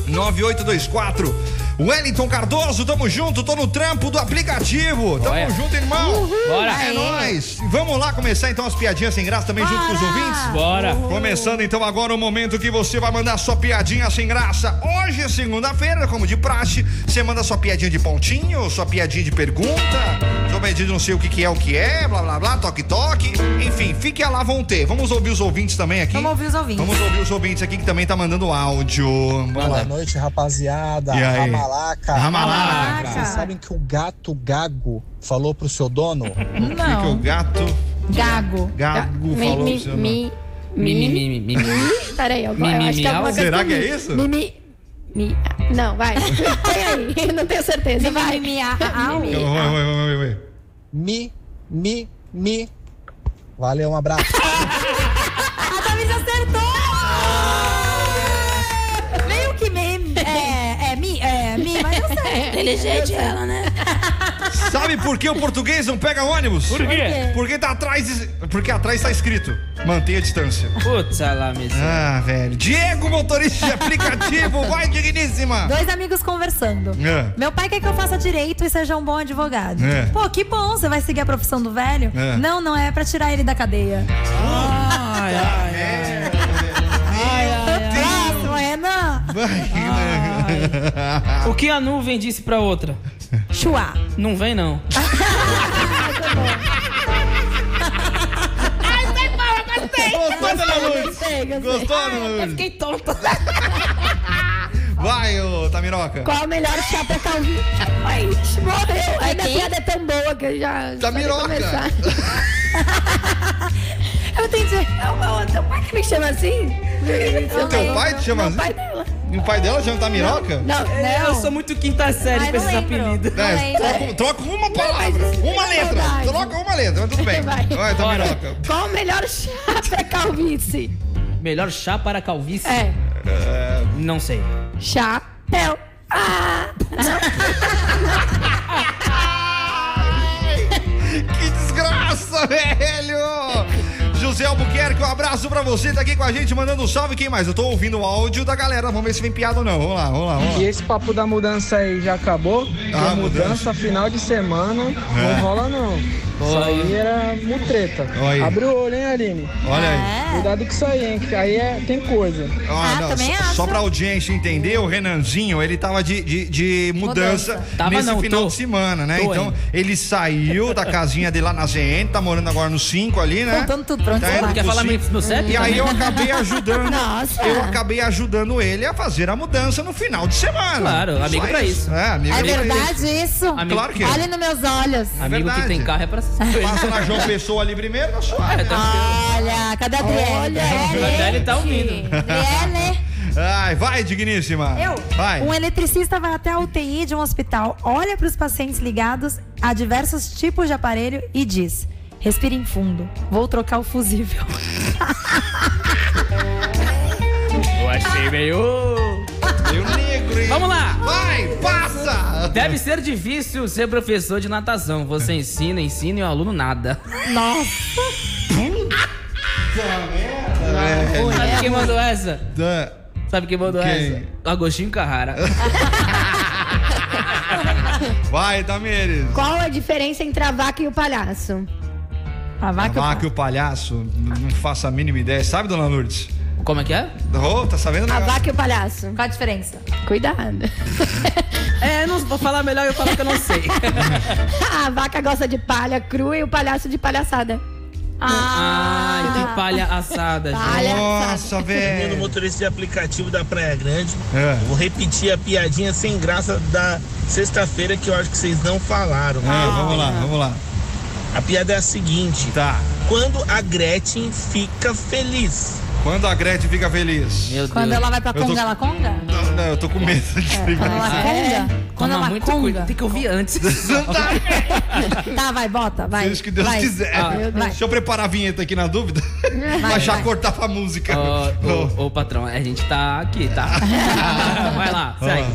S5: 9824. Wellington Cardoso, tamo junto, tô no trampo do aplicativo. Tamo
S7: Olha.
S5: junto, irmão.
S7: Bora.
S5: É nóis. Vamos lá começar então as piadinhas sem graça também junto com os ouvintes?
S7: Bora.
S5: Começando então agora o momento que você vai mandar sua piadinha sem graça. Hoje, é segunda-feira, como de praxe, você manda sua piadinha de pontinho, sua piadinha de pergunta, sua piadinha de não sei o que, que é o que é, blá blá blá, toque toque. Enfim, fique lá, vão ter. Vamos ouvir os ouvintes também aqui.
S4: Vamos ouvir os ouvintes.
S5: Vamos ouvir os ouvintes aqui que também tá mandando áudio. Vamos
S9: Boa
S5: lá.
S9: noite, rapaziada.
S5: E aí?
S9: Ramalaca.
S5: Ramalaca.
S9: Vocês sabem que o gato gago falou pro seu dono?
S5: Que o
S4: Não. Tá,
S5: gato
S4: Gago.
S5: gago
S8: Mi,
S5: Ah, falou.
S8: mi,
S5: seu nome.
S8: mi, mi, mi, mi.
S7: Mimimi, mimimi.
S8: Peraí, eu,
S7: Mi,
S8: eu
S7: mi,
S8: acho que é
S7: miau?
S8: alguma coisa.
S5: Será
S8: com
S5: que é
S8: mi.
S5: isso?
S8: Mi, mi, mi- ah, Não, vai. Põe aí, não tenho certeza. Vai.
S4: Mimimi.
S5: Oi, oi, oi, oi, oi.
S9: Mi, mi, mi. Valeu, um abraço.
S4: A Tamiris acertou! Meio que meme. É, é, mi, é, mi, mas eu sei.
S8: Inteligente ela, né?
S5: Sabe por que o português não pega ônibus?
S7: Por quê?
S5: Porque tá atrás. Porque atrás tá escrito. Mantenha a distância.
S7: Putz, é lá, mesmo.
S5: Ah, velho. Diego, motorista de aplicativo, vai, digníssima!
S4: Dois amigos conversando.
S5: É.
S4: Meu pai quer que eu faça direito e seja um bom advogado.
S5: É.
S4: Pô, que bom, você vai seguir a profissão do velho?
S5: É.
S4: Não, não é pra tirar ele da cadeia.
S7: Ai, ai, ai.
S5: É,
S7: O que a nuvem disse pra outra?
S4: Chuá.
S7: Não vem, não.
S6: Ai, sai fora, gostei.
S5: Gostou, dona Lourdes?
S8: Gostei, gostei.
S5: Gostou, dona
S6: Eu
S5: Lourdes?
S6: fiquei tonta.
S5: Vai, ô Tamiroca.
S8: Qual o melhor chá pra calvície? Ai, morreu. Ainda a
S4: quem?
S8: piada é tão boa que eu já...
S5: Da
S8: já nem
S5: Miroca.
S8: começar. eu tenho que dizer, é o meu- teu pai que me chama assim?
S5: Teu pai te chama
S8: Não,
S5: assim?
S8: pai dela.
S5: E o pai dela chama Tamiroca?
S8: Não, não.
S7: É, Eu sou muito quinta série
S4: Ai,
S7: pra
S4: não
S7: esses
S4: lembro.
S7: apelidos.
S4: Não
S5: É,
S4: lembro.
S5: troca, troca uma palavra,
S8: isso não
S5: uma
S8: é
S5: letra.
S8: verdade.
S5: Troca uma letra, mas tudo bem.
S8: Vai.
S5: Vai, Tamiroca.
S8: Qual o melhor chá pra calvície?
S7: Melhor chá para calvície?
S8: É,
S7: Não sei.
S8: chapéu. Ah,
S5: Que desgraça, velho! José Albuquerque, um abraço pra você, tá aqui com a gente, mandando um salve. Quem mais? Eu tô ouvindo o áudio da galera, vamos ver se vem piada ou não. Vamos lá, vamos lá, vamos
S10: E
S5: lá.
S10: esse papo da mudança aí já acabou?
S5: Ah,
S10: a mudança,
S5: mudança.
S10: final de semana
S5: É.
S10: não rola não. Isso aí era mutreta.
S5: Olha aí.
S10: Abre o olho, hein, Aline?
S5: Olha aí.
S4: É.
S10: Cuidado com isso aí, hein? Que aí é, tem coisa.
S5: Ah,
S4: Ah, também
S5: só- Só
S4: acho.
S5: pra audiência entender, o Renanzinho, ele tava de, de, de mudança,
S4: Mudança.
S7: Tava
S5: nesse
S7: não,
S5: final
S7: tô.
S5: de semana, né?
S7: Tô
S5: então,
S7: ainda.
S5: ele saiu da casinha dele lá na ZN, tá morando agora no 5 ali, né?
S4: Contando tudo, pra onde
S5: Tá
S4: você
S5: indo
S4: vai.
S7: Quer
S5: pro
S7: falar meu,
S5: cinco.
S7: meu CEP?
S5: E aí eu acabei ajudando.
S4: Nossa.
S5: Eu acabei ajudando ele a fazer a mudança no final de semana.
S7: Claro, amigo
S5: Só
S7: pra isso.
S5: É, amigo
S4: É
S5: pra
S4: verdade isso?
S7: Amigo-
S5: Claro que é.
S4: Olhe nos meus olhos.
S7: Amigo
S5: verdade.
S7: que tem carro é pra essas
S5: isso.
S7: coisas.
S5: Passa na João Pessoa ali primeiro, tá
S7: É,
S5: suave.
S4: Olha, cadê a Adriele?
S7: A Adriele tá ouvindo.
S4: Adriele.
S5: Ai, vai, digníssima.
S4: Eu?
S5: Vai.
S4: Um eletricista vai até a UTI de um hospital, olha para os pacientes ligados a diversos tipos de aparelho e diz: Respirem fundo, vou trocar o fusível.
S7: Eu achei meio...
S5: Eu negro, hein?
S7: Vamos lá.
S5: Vai, passa.
S7: Deve ser difícil ser professor de natação. Você ensina, ensina e o aluno nada.
S5: É,
S7: Sabe quem mandou essa?
S5: Da-
S7: Sabe quem mandou
S5: Quem?
S7: essa? Agostinho Carrara.
S5: Vai, Tamires.
S8: qual a diferença entre a vaca e o palhaço?
S4: A
S5: A
S4: vaca.
S5: vaca e o palhaço, n- não faço a mínima ideia. Sabe, dona Lourdes?
S7: Como é que é?
S5: Ô, tá sabendo?
S8: A
S5: né?
S8: vaca e o palhaço.
S4: Qual a diferença?
S8: Cuidado.
S7: É, não vou falar melhor, eu falo que eu não sei.
S8: a vaca gosta de palha crua e o palhaço de palhaçada.
S7: Ai, que Ah, palha assada, gente.
S8: Palha.
S5: Nossa,
S2: Menino
S5: velho.
S2: motorista de aplicativo da Praia Grande.
S5: É.
S2: Vou repetir a piadinha sem graça da sexta-feira que eu acho que vocês não falaram.
S5: Ah, vamos lá, vamos lá.
S2: A piada é a seguinte:
S5: Tá.
S2: quando a Gretchen fica feliz.
S5: Quando a Gretchen fica feliz?
S7: Meu Deus.
S4: Quando ela vai pra
S5: Eu tô-
S4: conga, ela conga?
S5: Não, não, eu tô com medo de
S4: Quando
S5: escrever.
S4: ela conga? Quando
S7: Toma
S4: ela
S7: muito cuidado.
S4: conga?
S7: Tem que ouvir antes.
S4: Tá, vai, bota, vai.
S5: Seja o que Deus
S4: vai.
S5: quiser.
S7: Ah,
S4: vai.
S5: Deixa eu preparar a vinheta aqui na dúvida.
S4: Vai,
S5: Mas já
S4: vai. Ah,
S5: cortava a música.
S7: Ô,
S5: Ó,
S7: ô, ô, patrão, a gente tá aqui, tá? Vai lá,
S5: ó,
S7: segue.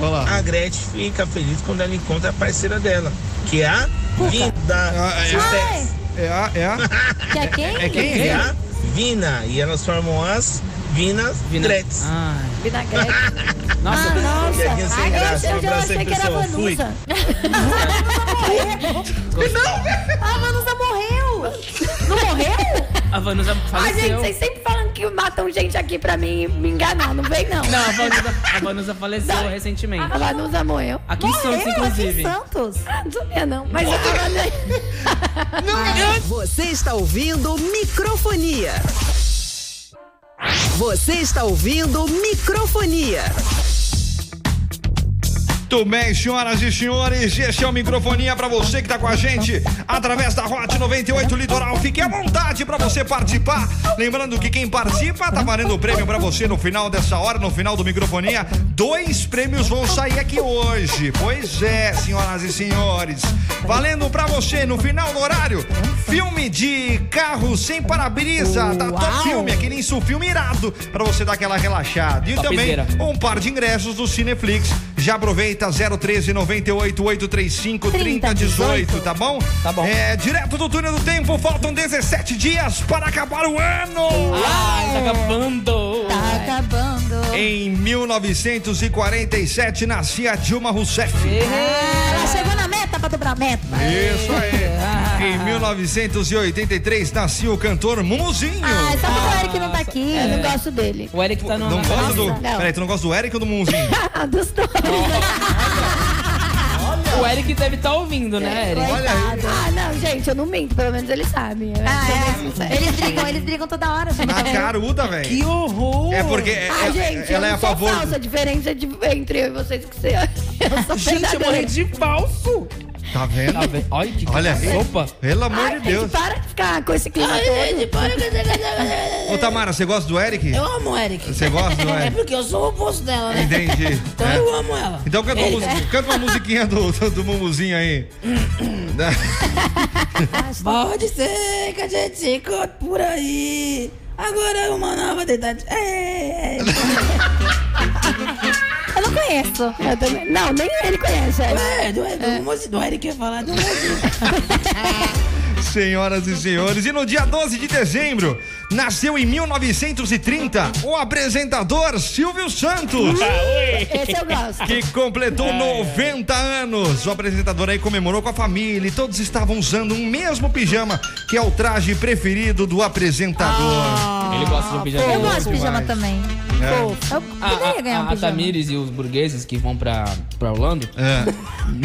S5: Vamos lá.
S2: A Gretchen fica feliz quando ela encontra a parceira dela, que é a Vinda.
S5: Ah, é-
S4: Ai,
S5: É a. É a.
S4: que é quem?
S5: É
S8: Ah,
S5: quem?
S2: Que é a Vina. E elas formam as Vinas
S7: Vina-
S2: Gretchen.
S5: Ah.
S8: Ah,
S7: Ai,
S8: Vinagrete.
S7: nossa,
S2: Piadinha sem graça. Um
S8: eu já
S2: abraço
S8: achei
S2: aí,
S8: que
S5: é
S8: era
S2: pessoal. Fui.
S8: Vanusa. Ah,
S4: A Vanusa morreu! Não morreu?
S7: a Vanusa
S8: Ai, gente,
S7: faleceu.
S8: vocês sempre falam que matam gente aqui pra mim me enganar. Não vem, não.
S7: Não, a Vanusa, a Vanusa faleceu recentemente.
S8: A Vanusa morreu.
S7: Aqui em Santos,
S4: Morreu aqui
S7: inclusive.
S4: em Santos?
S8: Não sabia, não. Mas eu tava...
S3: Você está ouvindo microfonia. Você está ouvindo microfonia.
S5: Muito bem, senhoras e senhores, esse é o microfonia pra você que tá com a gente através da Hot 98 Litoral. Fique à vontade pra você participar. Lembrando que quem participa tá valendo o prêmio pra você no final dessa hora, no final do microfonia. Dois prêmios vão sair aqui hoje. Pois é, senhoras e senhores. Valendo pra você no final do horário. Filme de carro sem para-brisa, tá top filme, aquele insulfilme irado pra você dar aquela relaxada. E também
S7: Topzera.
S5: um par de ingressos do Cineflix. Já aproveita 013 98 835 3018, tá bom?
S7: Tá bom.
S5: É, direto do túnel do tempo, faltam 17 dias para acabar o ano.
S7: Ai, tá acabando.
S4: Tá acabando.
S5: Em 1947 nascia Dilma Rousseff.
S4: Ela chegou na meta pra dobrar a meta.
S5: Isso aí. Em 1983 nasceu o cantor Mumuzinho.
S8: Ah, só porque o Eric não tá aqui.
S4: É.
S8: Eu não gosto dele.
S7: O Eric tá no.
S5: Não gosta do.
S8: Não.
S5: Peraí, tu não gosta do Eric ou do Mumuzinho?
S8: Dos dois.
S7: O Eric deve estar ouvindo, né, Eric?
S8: Coitado. Ah, não, gente, eu não minto. Pelo menos né? ele sabe. Eu
S5: é
S8: sou bem sincera.
S4: Ah, é. Eles brigam, eles brigam toda hora, gente.
S5: Na caruda, velho.
S7: Que horror!
S5: É porque é-
S8: Ah,
S5: é-
S8: gente,
S5: ela
S8: eu
S5: é
S8: não
S5: a
S8: sou
S5: favor.
S8: falsa. A diferença é de, entre eu e vocês que você... Eu sou
S7: Gente, eu morri
S8: verdadeira.
S7: de falso!
S5: Tá vendo?
S7: Tá vendo? Olha que
S5: Olha aí.
S7: sopa.
S5: Pelo amor
S8: Ai,
S5: de Deus.
S8: gente, para de ficar com esse clima
S5: Tá
S8: todo.
S5: Ô, Tamara, você gosta do Eric?
S11: Eu amo o Eric.
S5: Você gosta do
S11: É
S5: Eric?
S11: porque eu sou o oposto dela, né?
S5: Entendi.
S11: Então
S5: É.
S11: eu amo ela.
S5: Então canta uma,
S11: Ele-
S5: musiquinha, canta uma musiquinha do, do, do Mumuzinho aí.
S11: Pode ser que a gente se encontre por aí. Agora uma nova tentativa. É.
S8: Eu não conheço. Eu também. Não, nem ele conhece. é,
S11: Ué, do, do, moço- do Eric ia falar do moço.
S5: Senhoras e senhores, e no dia 12 de dezembro, nasceu em 1930 o apresentador Silvio Santos.
S8: Esse eu gosto.
S5: Que completou
S11: É.
S5: 90 anos. O apresentador aí comemorou com a família e todos estavam usando um mesmo pijama, que é o traje preferido do apresentador.
S11: Ah.
S7: Ele gosta do pijama.
S4: Ah, Eu gosto de
S5: demais.
S4: pijama também.
S5: É.
S4: Eu
S7: A,
S4: poderia ganhar
S7: a,
S4: um
S7: a
S4: pijama.
S7: Tamires e os burgueses que vão pra, pra Orlando.
S5: É.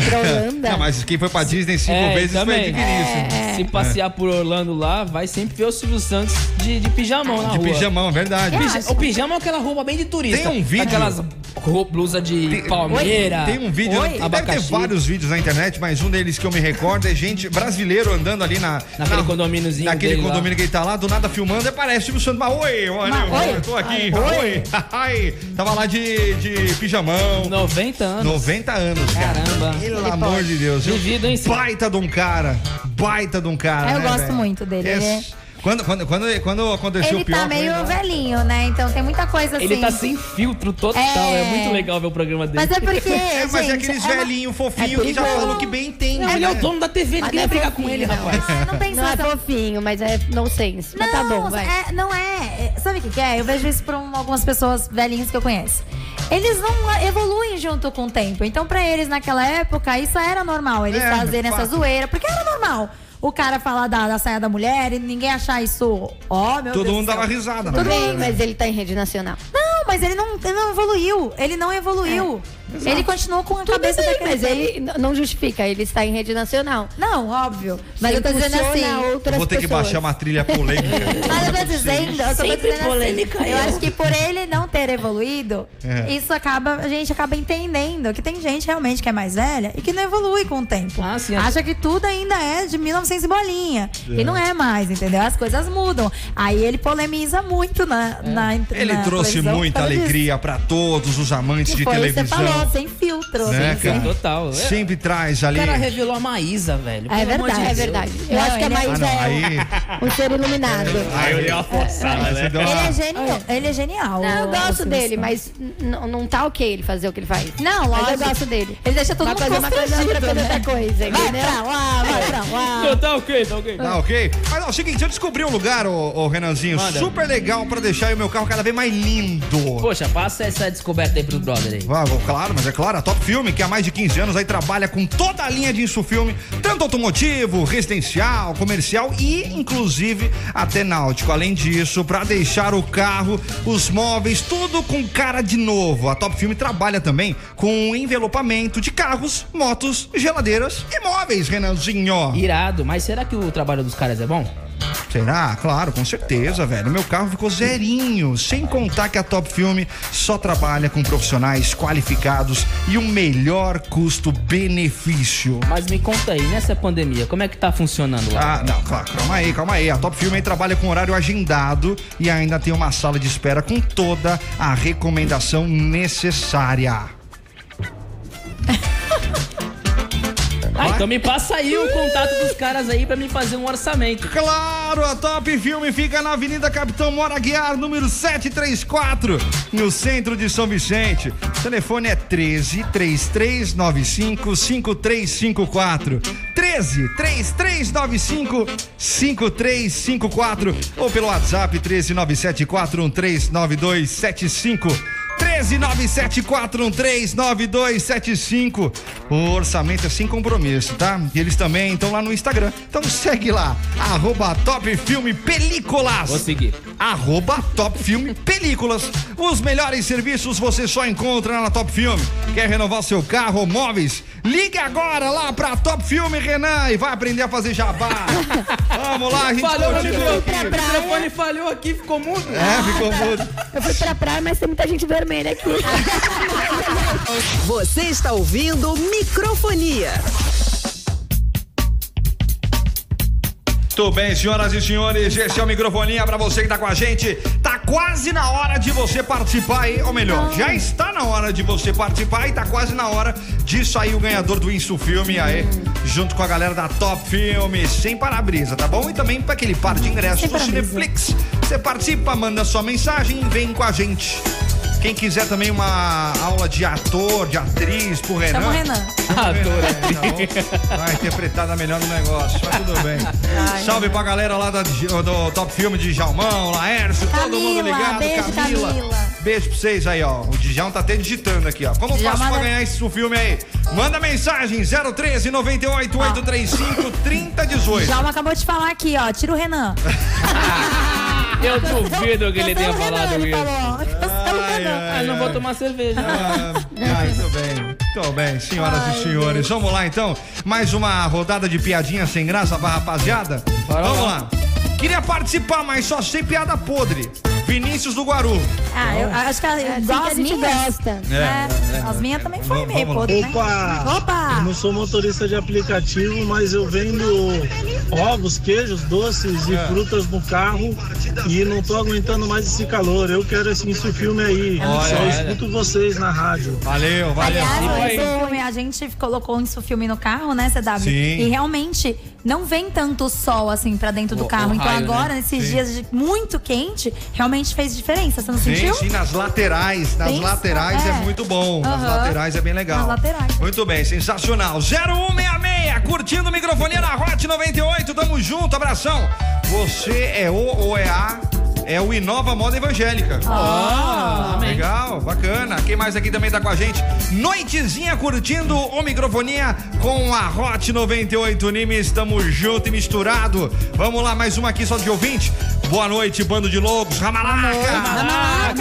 S8: Pra Holanda.
S5: Não, mas quem foi pra Disney cinco
S7: É,
S5: vezes
S7: também.
S5: foi né?
S11: É.
S5: adquirir
S4: É,
S7: Se passear por Orlando lá, vai sempre ver o Silvio Santos de, de pijamão na
S5: isso. De
S7: rua.
S5: pijamão, verdade.
S7: Pija- O pijama é aquela roupa bem de turista.
S5: Tem um vídeo-
S7: Aquelas ro- blusa de palmeira.
S5: Tem um vídeo,
S7: Oi?
S5: deve ter
S7: abacaxi.
S5: vários vídeos na internet, mas um deles que eu me recordo é gente brasileiro andando ali na,
S7: Naquele
S5: na-
S7: condomíniozinho
S5: naquele
S7: dele lá.
S5: condomínio que ele tá lá, do nada filmando, e aparece o Silvio Santos, mas oi, olha,
S8: Mas
S5: eu
S8: oi?
S5: tô aqui,
S8: Ai, oi.
S5: oi, ai, tava lá de, de pijamão,
S7: 90 anos.
S5: 90 anos, cara.
S7: Caramba.
S5: Pelo amor de Deus, viu?
S7: Vivido, hein, Silvio?
S5: baita de um cara, baita de um cara,
S4: Ah, eu
S5: né,
S4: gosto
S5: velho?
S4: muito dele, ele é-
S5: Quando, quando, quando, quando aconteceu
S4: Ele
S5: o pior...
S4: tá
S5: foi
S4: meio
S5: lá.
S4: velhinho, né? Então tem muita coisa assim.
S7: Ele tá sem filtro total. É...
S4: É.
S7: muito legal ver o programa dele.
S4: Mas é porque.
S5: É, mas
S4: gente,
S5: é aqueles
S4: uma- é
S5: velhinhos fofinhos que já
S8: perigoso.
S5: falam que bem entende,
S7: Não, ele é o
S5: né?
S7: dono da TV, ele
S8: Mas
S7: queria
S8: não é
S7: brigar com
S8: fofinho,
S7: ele,
S8: não.
S7: rapaz.
S4: Ah, não tem
S8: Não é
S4: sensação.
S8: fofinho, mas é nonsense.
S4: Não,
S8: Mas tá bom, vai.
S4: é- não é. é- Sabe o que, que é? Eu vejo isso por um- algumas pessoas velhinhas que eu conheço. Eles não a- evoluem junto com o tempo. Então, pra eles, naquela época, isso era normal. Eles
S5: É,
S4: fazerem
S5: fato.
S4: essa zoeira. Porque era normal. O cara falar da, da saia da mulher e ninguém achar isso. Ó, meu
S5: Todo
S4: Deus
S5: mundo
S4: do céu.
S5: dava risada.
S8: Tudo
S5: né?
S8: bem, mas ele tá em rede nacional.
S4: Não, mas ele não, ele não evoluiu. Ele não evoluiu. ele continuou com a
S8: Tudo bem,
S4: cabeça daquele
S8: mas
S4: jeito.
S8: ele n- não justifica, ele está em rede nacional.
S4: Não, óbvio. Mas eu tô dizendo assim.
S8: Impulsiona
S5: Eu
S8: outras
S5: vou ter que
S8: pessoas.
S5: baixar uma trilha polêmica.
S4: Mas eu tô dizendo, eu tô
S11: Sempre
S4: dizendo
S11: polêmica
S4: assim, eu
S11: eu.
S4: acho que por ele não ter evoluído,
S5: É.
S4: isso acaba, a gente acaba entendendo que tem gente realmente que é mais velha e que não evolui com o tempo.
S7: Ah, sim.
S4: Acha que tudo ainda é de 1900 e bolinha. E não é mais, entendeu? As coisas mudam. Aí ele polemiza muito na,
S11: É.
S4: na
S5: Ele
S4: na
S5: trouxe
S4: televisão por
S5: muita
S4: causa disso.
S5: alegria pra todos os amantes de
S4: Foi o que você
S5: televisão.
S4: falou, sem filtro. assim,
S5: né,
S4: sem-
S5: cara?
S7: Total.
S5: Sempre traz
S7: O
S5: ali.
S7: cara revelou a Maísa, velho.
S4: É
S7: Pelo amor
S4: verdade,
S7: de
S8: É
S7: Deus.
S8: verdade. Eu
S4: Não,
S8: acho que a
S4: ele é-
S5: Ah,
S8: Maísa
S5: não, aí.
S8: é um ser iluminado.
S5: aí eu dei uma forçada, né?
S4: Ele é genial. Ele é genial.
S8: Não, eu
S4: o-
S8: gosto
S4: o
S8: dele,
S4: Silvio
S8: mas n- n- não tá ok ele fazer o que ele faz.
S4: Não,
S8: Mas eu
S4: lógico.
S8: gosto dele.
S4: Ele deixa todo
S8: Uma
S4: mundo
S8: coisa, é uma coisa, outra coisa, é
S4: constrangido, né?
S8: outra coisa,
S4: Vai
S8: entendeu?
S4: pra lá, vai pra lá.
S7: Não, tá ok, tá ok.
S5: Tá ok? Mas ó, seguinte, eu descobri um lugar, ô, ô, Renanzinho,
S7: Manda.
S5: super legal pra deixar aí o meu carro cada vez mais lindo.
S7: Poxa, passa essa descoberta aí pros brother aí.
S5: Ah, bom, claro, mas é claro, a Top Filme, que há mais de 15 anos aí trabalha com toda a linha de insufilme, tanto automotivo, residencial, comercial e inclusive até náutico. Além disso, para deixar o carro, os móveis, tudo com cara de novo. A Top Filme trabalha também com envelopamento de carros, motos, geladeiras e móveis, Renanzinho.
S7: Irado, mas será que o trabalho dos caras é bom?
S5: Será? Claro, com certeza, velho. Meu carro ficou zerinho. Sem contar que a Top Filme só trabalha com profissionais qualificados e o melhor custo-benefício.
S7: Mas me conta aí, nessa pandemia, como é que tá funcionando lá?
S5: Ah, não, claro, calma aí, calma aí. A Top Filme aí trabalha com horário agendado e ainda tem uma sala de espera com toda a recomendação necessária.
S7: Ah, então me passa aí o contato dos caras aí pra me fazer um orçamento.
S5: Claro, a Top Filme fica na Avenida Capitão Mora Guiar, número 734, no centro de São Vicente. O telefone é 13 3395 5354. 13 3395 um 5354 ou pelo WhatsApp 13 974 139275. 13974139275. O orçamento é sem compromisso, tá? E eles também estão lá no Instagram. Então segue lá, arroba Top Filme Películas. Vou
S7: seguir.
S5: Arroba Top Filme Películas. Os melhores serviços você só encontra na Top Filme. Quer renovar seu carro ou móveis? Ligue agora lá pra Top Filme, Renan, e vai aprender a fazer jabá. Vamos lá, a gente
S7: Falhou,
S5: continua
S7: amigo.
S5: aqui.
S7: O telefone falhou aqui, ficou mudo.
S5: É, ficou mudo.
S8: Eu fui pra praia, mas tem muita gente vermelha aqui.
S3: Você está ouvindo microfonia.
S5: Muito bem, senhoras e senhores, esse é o microfoninha pra você que tá com a gente. Tá quase na hora de você participar aí, ou melhor, já está na hora de você participar e tá quase na hora de sair o ganhador do Insu Filme aí,
S4: Hum.
S5: junto com a galera da Top Filme, sem para-brisa, tá bom? E também pra aquele par de
S4: Hum,
S5: ingressos do Cineflix. Você participa, manda sua mensagem, vem com a gente. Quem quiser também uma aula de ator, de atriz, pro Renan.
S4: Chama o Renan.
S5: Ator, tá bom? Vai interpretar da melhor o negócio, mas tudo bem.
S4: Ai,
S5: Salve pra galera lá da- do Top Filme de Jalmão, Laércio, todo
S4: Camila,
S5: mundo ligado.
S4: beijo, Camila.
S5: Beijo pra vocês aí, ó. O Dijão tá até digitando aqui, ó. Como
S4: Djalma né?
S5: faço pra
S4: da-
S5: ganhar esse filme aí? Manda mensagem 013 98 835 3018.
S4: Djalma acabou de falar aqui, ó. Tira o Renan. tá
S6: Eu duvido que ele tenha falado isso.
S5: Ai, ai,
S7: Eu Ah, não vou
S5: ai.
S7: tomar cerveja.
S5: Ah, Ai, muito bem. Muito bem, senhoras e senhores. Vamos lá então. Mais uma rodada de piadinha sem graça pra rapaziada. Vamos lá. Queria participar, mas só sei piada podre. Vinícius do Guaru.
S4: Ah, eu acho que ela
S8: É assim
S4: igual
S8: que
S4: as
S8: a gente
S4: minhas.
S8: gosta.
S5: É,
S4: É,
S5: é,
S4: as
S5: é,
S4: minhas
S5: é.
S4: também
S5: Vamos-
S4: foi meio
S5: vamos lá.
S4: podre, né?
S10: Opa! Eu
S4: Opa!
S10: não sou motorista de aplicativo, mas eu vendo ovos, queijos, doces e
S5: É.
S10: frutas no carro e não tô aguentando mais esse calor. Eu quero esse, esse filme aí.
S5: Olha,
S10: Só
S5: olha.
S10: escuto vocês na rádio.
S5: Valeu, valeu.
S4: Aliás, esse filme, a gente colocou isso filme no carro, né, CW?
S5: Sim.
S4: E realmente não vem tanto sol assim pra dentro do
S7: O-
S4: carro.
S7: o
S4: então
S7: raio,
S4: agora,
S7: né?
S4: nesses
S5: Sim.
S4: dias de muito quente, realmente fez diferença. Você não
S5: Sim,
S4: sentiu?
S5: sim, nas laterais. Nas
S4: Pensa,
S5: laterais é.
S4: é.
S5: muito bom. Nas
S4: Aham.
S5: laterais é bem legal.
S4: Nas laterais.
S5: Muito bem, sensacional. 0166, curtindo o microfone na Hot 98. Tamo junto, abração. Você é o ou é a? É o Inova Moda Evangélica. Ah, legal, bacana. Quem mais aqui também tá com a gente? Noitezinha curtindo o microfonia com a Hot 98 Nimes. Tamo junto e misturado. Vamos lá, mais uma aqui só de ouvinte. Boa noite, bando de loucos. Ramalaca!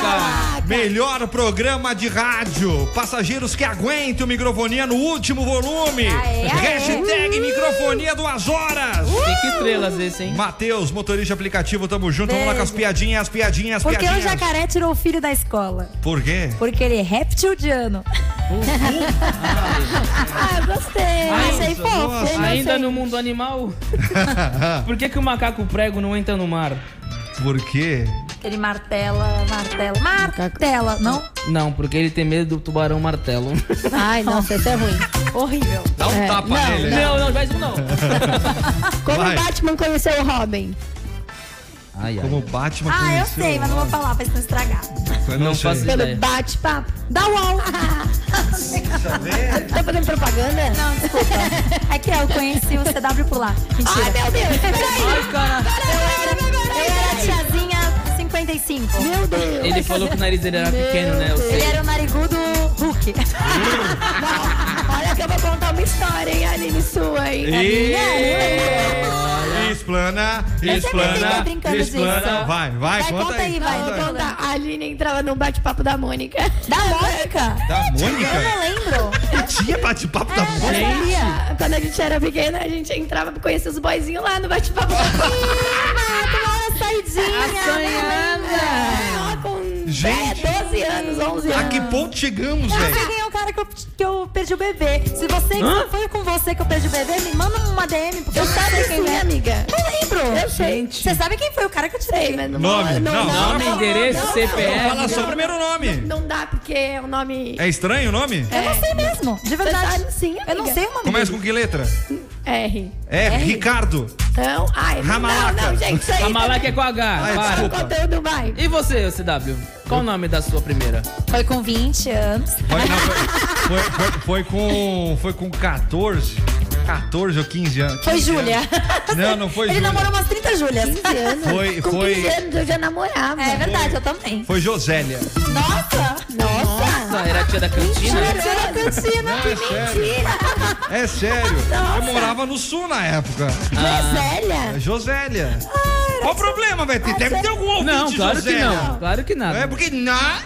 S5: Ah, Melhor programa de rádio. Passageiros que aguentem o microfonia no último volume.
S4: Aê,
S5: é?
S4: aê.
S5: Hashtag microfonia duas horas.
S7: Tem que estrelas esse, hein?
S5: Matheus, motorista aplicativo, tamo junto. Vamos lá com as piadinhas, as piadinhas, as
S4: Porque o
S5: piadinhas.
S4: jacaré tirou o filho da escola.
S5: Por quê?
S4: Porque ele é reptiliano. Uhum.
S8: Ah, eu gostei. Achei
S5: nossa,
S8: fofo.
S5: nossa.
S7: Ainda no mundo animal, por que, que o macaco prego não entra no mar?
S5: Por quê?
S4: Ele martela, martela, martela. Não?
S7: Não, porque ele tem medo do tubarão martelo.
S8: Ai, nossa, esse é ruim.
S4: Horrível.
S5: Dá um
S8: É,
S5: tapa
S8: não,
S5: nele. né?
S7: Não, não, faz isso não.
S8: Como
S5: Vai.
S8: o Batman conheceu o Robin?
S7: Ai, ai.
S5: Como o Batman
S4: Ah, eu
S5: conheceu-
S4: sei, mas não vou falar pra isso não estragar.
S5: Eu
S7: Não
S5: sei.
S7: faço ideia.
S8: Pelo bate-papo. Dá uau. tá fazendo propaganda?
S4: Não, desculpa. É que eu conheci o CW por lá. Mentira.
S8: Ai, meu Deus. Peraí.
S7: Ai, cara.
S4: Eu era a tiazinha 55.
S8: Meu Deus.
S7: Ele falou que o nariz dele era pequeno, né? Eu
S4: Ele
S7: sei.
S4: era o narigudo Hulk.
S8: Não, olha que eu vou contar uma história, hein, Aline, sua, hein? né?
S5: E-
S8: Aline,
S5: Explana,
S4: fiquei
S5: explana,
S4: brincando disso.
S5: explana. Vai, vai,
S4: Vai, conta aí,
S8: Não, eu
S4: vai.
S8: vou contar. A Aline entrava no bate-papo da Mônica.
S4: Da Mônica?
S5: Da
S4: Ah, Eu
S5: Mônica? tá
S4: não lembro.
S5: Tinha bate-papo
S4: Ah,
S5: da
S8: Eu
S5: Mônica?
S8: sabia. Quando a gente era pequena, a gente entrava pra conhecer os boyzinhos lá no bate-papo da
S4: Ah, tomou uma saidinha.
S8: Ela com
S5: Gente.
S8: 10, 12 anos, 11
S5: A
S8: anos.
S5: que ponto chegamos,
S4: Eu
S5: velho?
S4: peguei o Ah, um cara que eu, que eu perdi o bebê. Se você que
S7: Hã?
S4: foi com você que eu perdi o bebê, me manda uma DM, porque eu
S8: Eu
S4: não
S8: sabe
S4: sei quem
S8: sim,
S4: é.
S8: amiga.
S4: Não
S8: Eu
S4: lembro.
S8: sei.
S4: Você sabe quem foi o cara que eu tirei,
S8: Sei,
S4: né?
S8: mas não é-
S5: Nome?
S8: Não,
S5: Não,
S7: Nome, endereço,
S8: não,
S7: CPF.
S5: Fala só o primeiro nome.
S8: Não dá, porque é um nome.
S5: É estranho o nome?
S4: Eu não sei mesmo, de verdade.
S8: É. sabe sim, amiga. é?
S4: eu não sei o nome.
S5: Começa
S4: dele.
S5: com que letra?
S8: R.
S5: É, Ricardo.
S8: Então, ai.
S5: Ramalaca.
S8: Não, não, gente, isso aí.
S7: A malaca é com H,
S5: Ai,
S7: para.
S5: desculpa.
S8: Conteúdo vai.
S7: E você, CW? Qual o nome da sua primeira?
S4: Foi com 20 anos.
S5: Foi, não, foi, foi- foi- foi com. Foi com 14. 14 ou 15 anos.
S4: Foi
S5: 15
S4: Júlia.
S5: anos. Não, não foi
S4: Ele
S5: Júlia.
S4: namorou umas 30 Júlias.
S8: 15 anos.
S5: Foi-
S8: Com
S5: foi-
S8: 15 anos eu já namorava.
S4: É verdade, eu também.
S5: Foi Josélia.
S7: Nossa, Ah, era a tia da cantina?
S4: Mentira, é cantina,
S5: que
S4: Ah.
S5: mentira. É sério. Eu morava no sul na época.
S4: Ah.
S8: Josélia?
S5: É, Josélia. Qual o problema, Betty? Deve ter algum ouvinte
S7: Não, claro que
S5: Josélia.
S7: não. Claro que nada.
S5: É porque na...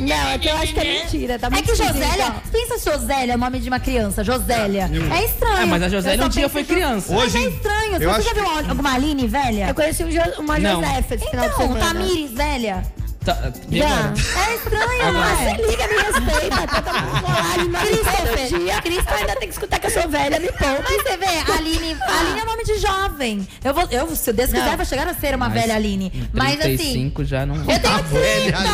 S8: Não, é que eu acho que é mentira. Tá
S4: É
S8: muito
S4: que Josélia,
S8: esquisito,
S4: pensa Josélia, é o nome de uma criança, Josélia. É estranho.
S7: É, mas a
S4: Eu
S7: Josélia
S4: só
S7: um dia
S4: penso
S7: foi
S4: em Jo-
S7: criança.
S4: Mas
S5: Hoje,
S4: é
S5: hein?
S4: estranho.
S5: Eu
S4: Você já
S5: acho
S4: viu uma- alguma Aline
S8: ó.
S4: velha?
S8: Eu conheci um Jo- uma
S7: Não.
S8: Josefa esse final de
S4: Então,
S8: semana.
S4: Tamires velha.
S7: Tá, e
S8: Já.
S7: agora?
S4: É estranho,
S8: Ah,
S4: não
S8: se
S4: é?
S8: liga, me respeita. Tá todo mundo online, mas
S4: Christopher,
S8: todo dia.
S4: Christopher.
S8: Eu ainda tem que escutar que eu sou velha, me poupa.
S4: Mas você vê, Aline, Aline é nome de jovem. Eu vou, eu, se Deus quiser,
S8: Não.
S4: vou chegar a ser uma velha Aline. Mas assim,
S7: 35 já não.
S4: eu tenho 30.
S5: velha
S7: né,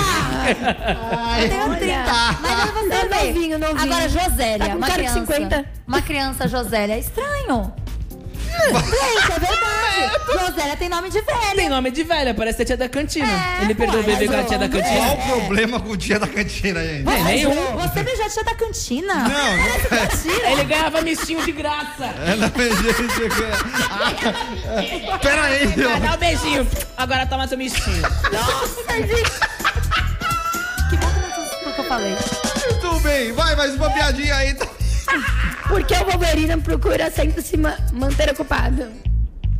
S4: eu tenho 30. Mas aí você
S8: Não,
S4: vê.
S8: novinho, novinho.
S4: Agora, Josélia,
S8: Tá com
S4: uma
S8: cara de
S4: criança.
S8: 50.
S4: Uma criança, Josélia, é estranho. Gente, é verdade. Josélia tem nome de velha.
S7: Tem nome de velha, parece a tia da cantina.
S4: É,
S7: Ele perdeu o
S4: uai,
S7: bebê com a tia da
S4: mas
S5: Qual
S7: cantina.
S5: o problema com o dia da cantina, gente?
S7: É, nenhum.
S4: Você beijou a tia da cantina.
S5: Não, não.
S7: Ele ganhava mistinho de graça.
S5: É da gente. que- Ah, Pera aí,
S7: Ah,
S5: meu.
S7: Dá um beijinho. Agora toma seu mistinho.
S4: Que bom que não foi o que eu falei.
S5: Tudo bem, vai mais uma piadinha aí.
S8: Porque o Wolverine procura sempre se ma- manter ocupado.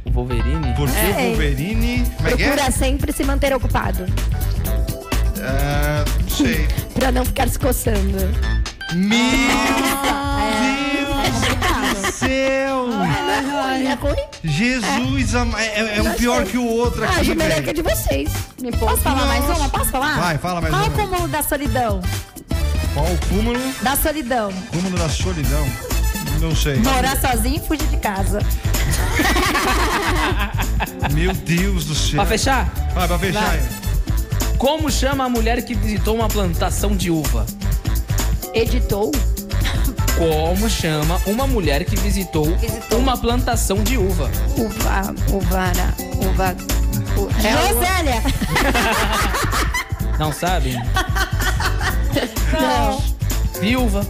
S7: O Wolverine?
S5: Por que o
S8: É.
S5: Wolverine. Como é que é?
S8: Procura sempre se manter ocupado.
S5: Ah, Não sei.
S8: Pra não ficar se coçando.
S5: Meu Deus do céu!
S8: É ruim?
S5: Jesus, ama- é, é- é um
S8: Nós
S5: pior
S8: dois.
S5: que o outro
S8: Ah, a
S5: aqui.
S8: jumereca é de
S5: velho.
S8: vocês. Me
S4: Posso
S8: poupa.
S4: falar mais uma? Posso falar?
S5: Vai, fala mais
S4: Qual
S5: uma.
S4: o cúmulo da solidão?
S5: Qual o cúmulo?
S4: Da solidão.
S5: Cúmulo da solidão. Não sei.
S4: Morar sozinho e fugir de casa.
S5: Meu Deus do céu. Ah, é.
S7: Pra fechar,
S5: Vai, pra fechar.
S7: Vai.
S5: aí.
S7: como chama a mulher que visitou uma plantação de uva?
S8: Editou?
S7: Como chama uma mulher que visitou,
S8: Visitou.
S7: uma plantação de uva?
S8: Uva, uvara, uva... u- é uva-
S4: Josélia!
S7: Não sabem?
S8: Não.
S7: Viúva.